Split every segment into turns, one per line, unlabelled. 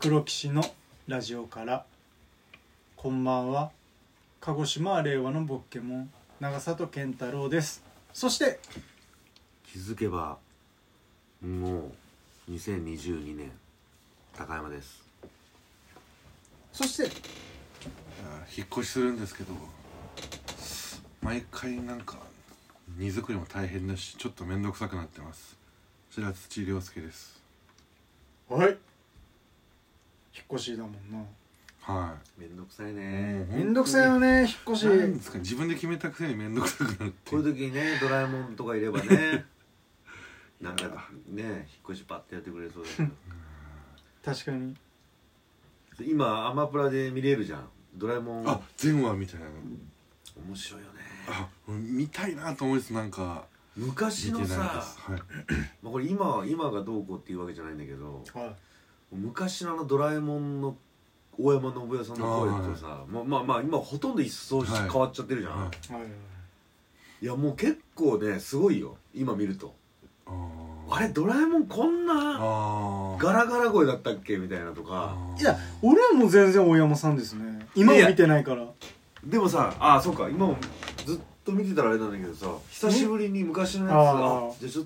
黒騎士のラジオからこんばんは鹿児島は令和のボッケモン長里健太郎ですそして
気づけばもう2022年高山です
そして
あー引っ越しするんですけど毎回なんか荷造りも大変だしちょっと面倒くさくなってます白土亮介です
はい引っ越しだもんな
は
めんどくさい
い
ね
めんどくさいよね引っ
もうなん
越
で
し
すか自分で決めたくせに面倒くさくなるって
こういう時にねドラえもんとかいればねなんかね引っ越しパッてやってくれそうだけど
確かに
今アマプラで見れるじゃんドラえもん
あ全話みたいなの
面白いよね
あ見たいなと思いつつなんか
昔
見てな
の
いです
さ、
はい、
まあ、これ今は今がどうこうっていうわけじゃないんだけど
はい
昔のあのドラえもんの大山信代さんの声とさまあまあまあ今ほとんど一層し
はい
変わっちゃってるじゃん、
は
い、
い
はいはい
やもう結構ねすごいよ今見ると
あー
あれドラえもんこんな
あー
ガラガラ声だったっけみたいなとか
あー
いや俺はもう全然大山さんですね今も見てないから
でもさああそうか今もずっと見てたらあれなんだけどさ久しぶりに昔のやつ
あー
あじゃあちょっ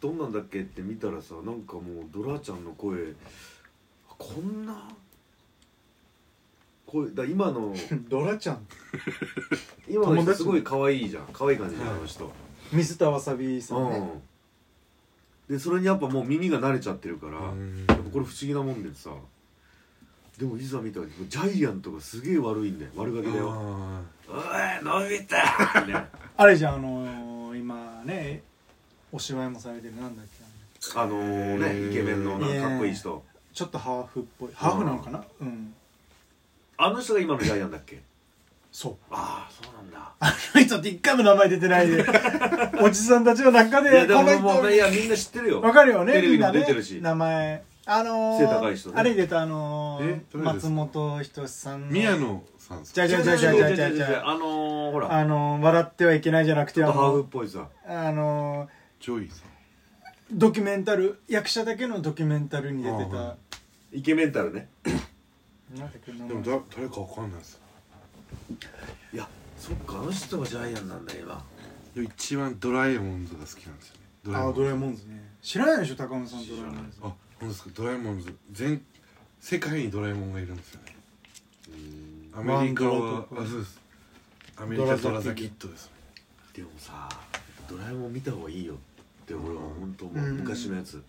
とどんなんだっけって見たらさなんかもうドラちゃんの声こんな声だ今の
ドラちゃん
今の
友
人
達
すごい可愛いじゃん可愛い感じじゃんあの人、
水田わさびさんね
うんでそれにやっぱもう耳が慣れちゃってるから、
うん
やっぱこれ不思議なもんでさでもいざ見たらジャイアントがすげえ悪いんだよ悪ガキだよ
あ
「おい伸びた!」ね
あれじゃんあのー、今ねお芝居もされてるなんだっけあの
あのねイケメンのなんかかっこいい人
ちょっとハーフっぽいハーフなのかなうん
あの人が今のジャイアンだっけ
そう
ああそうなんだ
あ の人って一回も名前出てない でおじさんたちの中
い
で
やで
こ
も
の
もうい
人
やみんな知ってるよ
わかるよね
テレ
み
ビに
ん
も
なね
出てるし
名前あのー、
背高い人ね
あれ出たあのー
え、誰です
松
か
本人志さんの
宮野さんです
じゃ
か
じゃじゃじゃじゃじゃじゃ
あのー、ほら
あのー、笑ってはいけないじゃなく
ち
て
ょ
あ
っとハーフ
の
っぽいさ
あのー、
ジョイさん
ドキュメンタル役者だけのドキュメンタルに出てた、
あは
イケメンタルね
なんだっけ名
でも
前
だ誰かわかんないです
いやそっかあの人がジャイアンなんだ今
いや一番ドラえもんズが好きなんですよねド
あードラえもんズね知らないでしょ高野さん
知
ドラ
ら
え
ない
もんズ
あ、本当ですか。ドラえもんズ全世界にドラえもんがいるんですよね。アメリカ
ワン
は
ドラとか
あそうです。アメリカドラザキッドです。
でもさドラえもん見た方がいいよって俺は本当も
う
うん昔のやつ
うん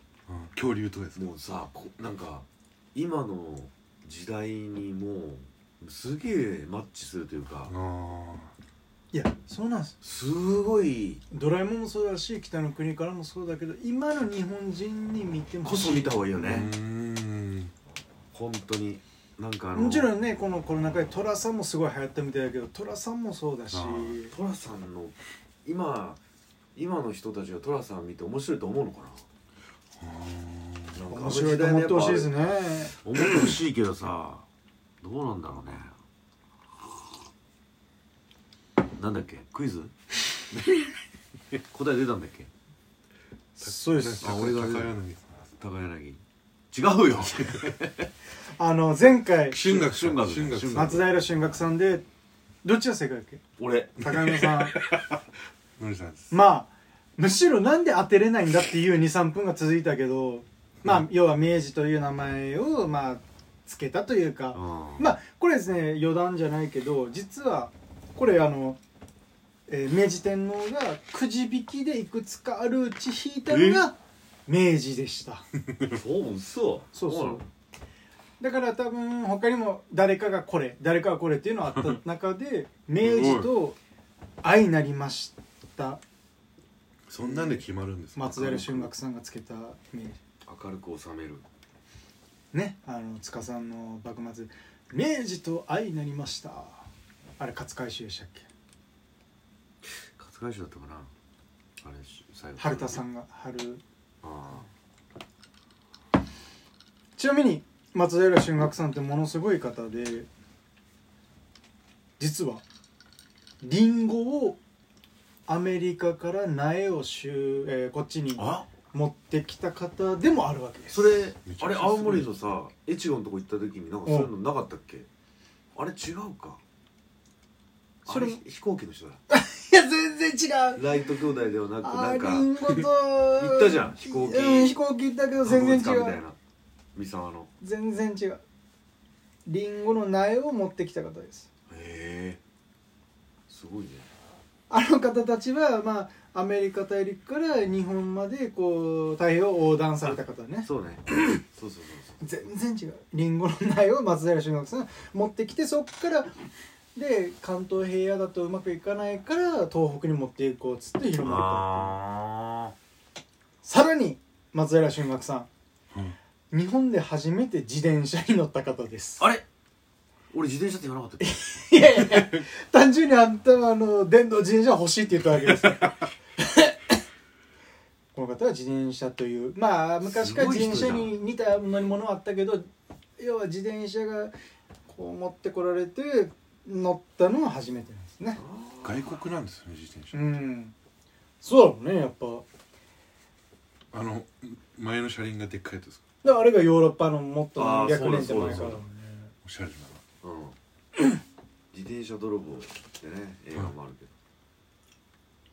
恐竜とかですね。
もうさこなんか今の時代にもうすげえマッチするというか
あ
いやそうなんです
すごい
ドラえもんもそうだし北の国からもそうだけど今の日本人に見ても
こそ見た方がいいよ
あ。うー
ね
ん。
本当になんかあの
もちろんねこのコロナ禍で寅さんもすごい流行ったみたいだけど寅さんもそうだし
あ
寅さんの今今の人たちが寅さん見て面白いと思うのか
あー
ななんか
面白いと思ってほしいです
ね
ね
思ってほしいけどさどうなんだろうねなんだっけクイズ答え出たんだっけ
そうです
あ俺が
高柳
高柳違うよ
あの前回
俊学
俊学
俊学
俊学
松平俊学さんでどっちが正解だっけ
俺
高山さん
のりさんです。
まあむしろなんで当てれないんだっていう23分が続いたけどまあ要は明治という名前をまあつけたというか、
うん
まあこれですね余談じゃないけど実はこれあの、えー明治天皇がくじ引きでいくつかあるうち引いたのが明治でした
そう嘘
そうそうだから多分他にも誰かがこれ誰かがこれっていうのはあった中で明治と愛なりました
そんなんで決まるんですか。
松平俊学さんがつけた明治
明るく収める
ねあの塚さんの幕末「明治と愛なりました」あれ勝海舟でしたっけ
勝海舟だったかなあれし最後
春田さんが春
あ
ちなみに松平俊学さんってものすごい方で実はリンゴをアメリカから苗を収、えーこっちに
あ
持ってきた方でもあるわけです
それ
めち
あ
ゃく
れ
ちゃすごい
青森のさ越後のとこ行った時になんかそういうのなかったっけあれ違うかあ
それ
れ飛行機の人
い
だ
や全然違う
ライト兄弟ではなく
あ
な
ー
ん
リ
か
ンゴと
行ったじゃん飛行機
うん飛行機行ったけど全然違
博物館みたいうな三沢の
全然違うリンゴの苗を持ってきた方です
へえすごいね
あの方たちは、まあ、アメリカ大陸から日本までこう太平洋を横断された方ね
そうねそうそうそうそう
全然違うリンゴの苗を松平俊学さんが持ってきてそっからで関東平野だとうまくいかないから東北に持っていこうっつって広まったっていう
あ
さらに松平俊学さ
うん
ん日本で初めて自転車に乗った方です
あれ俺自転車って言わなかった っけ
いやいやいや単純にあんたはあの電動自転車欲しいって言ったわけです よこの方は自転車というまあ昔から
すごい
自転
人じゃ
車
ん
に似た乗り物はあったけど要は自転車がこう持ってこられて乗ったのは初めてなんですね
外国なんですよね自転車
うんそうだろうねやっぱ
あの前の車輪がでっかいやつですか
だからあれがヨーロッパのもっと何
あーそ
百
うだ
年って前から
そうだ
おしゃれな
うん自転車泥棒ってね映画もあるけど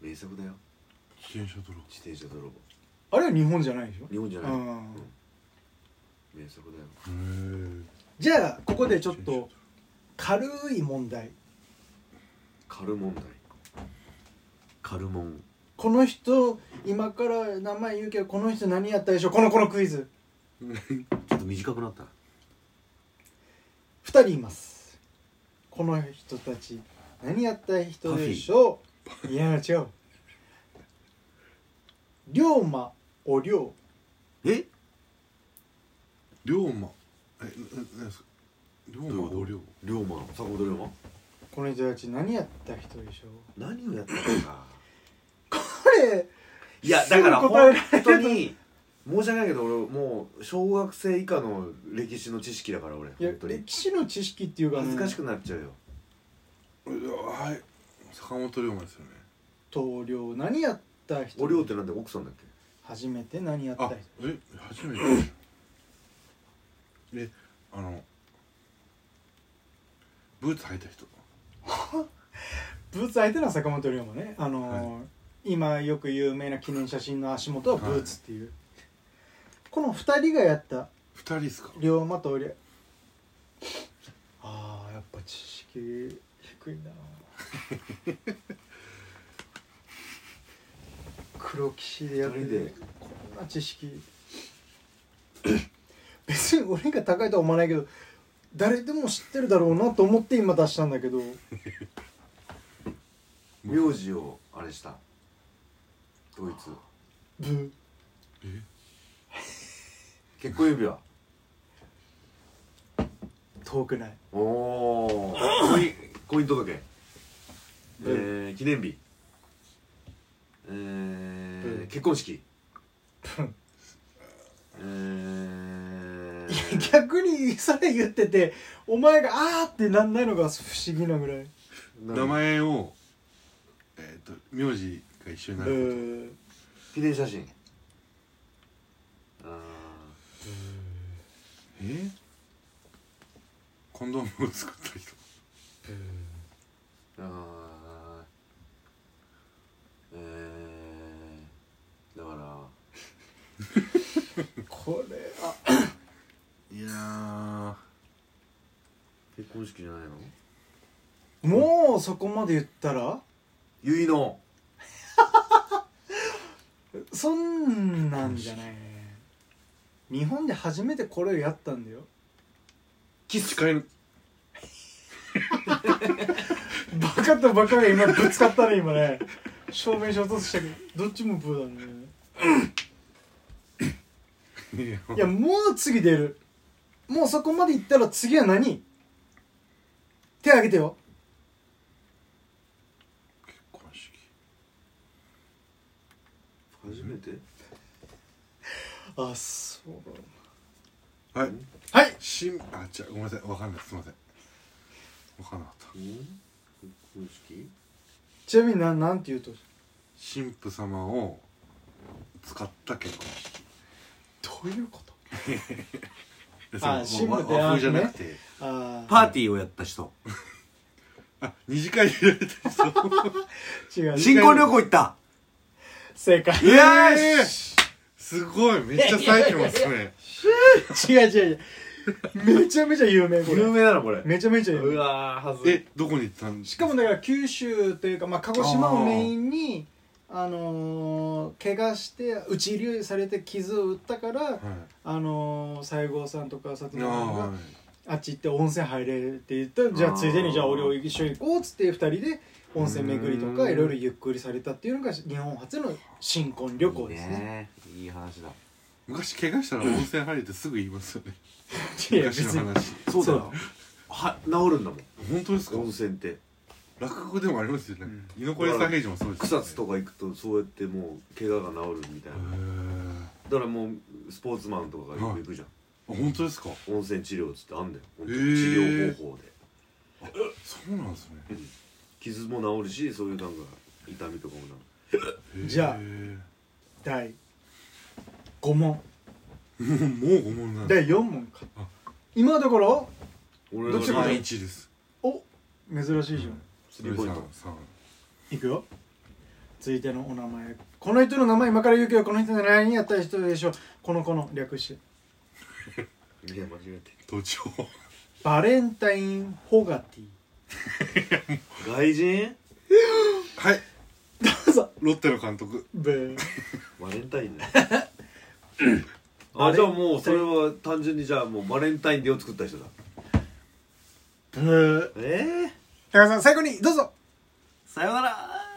名作だよ
自転車泥棒
自転車泥棒
あれは日本じゃないでしょ
日本じゃない、
う
うんん名作だよ
へ
じゃあここでちょっと軽い問題
カルモン題カルモン
この人今から名前言うけどこの人何やったでしょうこのこのクイズ
え
ちょっと短くなったな
2人いますこの人たち何やった人でしょういや違う龍馬お龍
え
龍馬えなななんですか龍馬お龍
龍馬の坂本龍馬
この人たち何やった人でしょう
何をやったのか
これ
いやだから
すぐ答え
本
られる
当に申し訳ないけど俺もう小学生以下の歴史の知識だから俺
いや
本当に
歴史の知識っていうか、ね、
恥ずかしくなっちゃうよ
はい坂本龍馬ですよね
棟梁何やった人
お龍ってなんで奥さんだっけ
初めて何やった
あ
人
え初めてえあのブーツ履いた人
ブーツ相手のは坂本龍馬ねあのー今よく有名な記念写真の足元はブーツっていう、この2人がやった
二人ですか
龍馬と龍ああやっぱ知識低いな 黒騎士でやって
二人で
てこんな知識 別に俺が高いとは思わないけど誰でも知ってるだろうなと思って今出したんだけど
名字をあれしたドイツ
ブー
え
結婚指輪
遠くない
おおー婚姻婚姻届けえー、記念日え
うん
ー、結婚式えー、
逆にそれ言っててお前が「あー」ってなんないのが不思議なぐらい
名前をえっと名字が一緒にな
う
る
ん
記念写真あ
ことえコンドームを作った人
ーあーえー、だから
これあ
いやー
結婚式じゃないの
もうそこまで言ったら
結納
そんなんじゃないね日本で初めてこれをやったんだよ
キス近い
バカとバカが今ぶつかったね今ね正面衝突したけどどっちもブーだね
いや
いやもう次出るもうそこまで行ったら次は何手挙げてよ
結婚式
初めて
あそう
はい
はい
しんあ違うごめんなさいわかんないすいませんわかんなかった
うん結婚式
ちなみになんなんて言うと
神父様を使った結婚式
どういうこと
でその
あ新聞
和
で
和風じゃなくて、
あ
パーティーをやった人
あ二次会でやられた人
ー違う
新婚旅行行った
正解
イエーイ
すごいめっちゃ冴えてますね
違う違う違うめちゃめちゃ有名こ
有
れ
名なのこれ
めちゃめちゃ有
う
名
わーはずい
えどこに行ったん
しかもだから九州というか、まあ、鹿児島をメインにあのー、怪我して打ち流されて傷を負ったから
は
あのー、西郷さんとか薩
い
摩さんが
あ
あっち行って温泉入れって言ったらじゃあついでにじゃあ俺を一緒に行こうっつって二人で温泉巡りと
う
か
ん
いろいろゆっくりされたっていうのが日本初の新婚旅行ですね
いいねいい話だ
昔怪我したら温泉入れてすぐ言いますよね
いや別
昔の
に
話
そうだよは治るんだもん
本当ですか
温泉って
落語でもありますよね、居残り三平次もそうですよ
草
ね
津とか行くとそうやってもう怪我が治るみたい
へ
な
ーあ
だからもうスポーツマンとかがよく行くじゃん、
本当ですか
温泉治療っつってあんだよ本当に
へ
治
ー
療方法で
そうなんですね
傷も治るしそういうなんか痛みとかも治る
へー
じゃあ第5問
もうもう五問なんだ
第4問か
あ
今だからお
俺
どっちも
は
ね
ね
一です
珍しいじゃん
スリーポイント
さん
いくよ続いてのお名前この人の名前今から言うけどこの人の何やった人でしょうこの子の略して
いや間違えて
都庁
バレンタイン・ホガティ
外人
はい
どうぞ
ロッテの監督
ブー
バレンタインだ あじゃあもうそれは単純にじゃあもうバレンタインデーを作った人だ
ブー
ええ
高橋さん最後にどうぞ
さよなら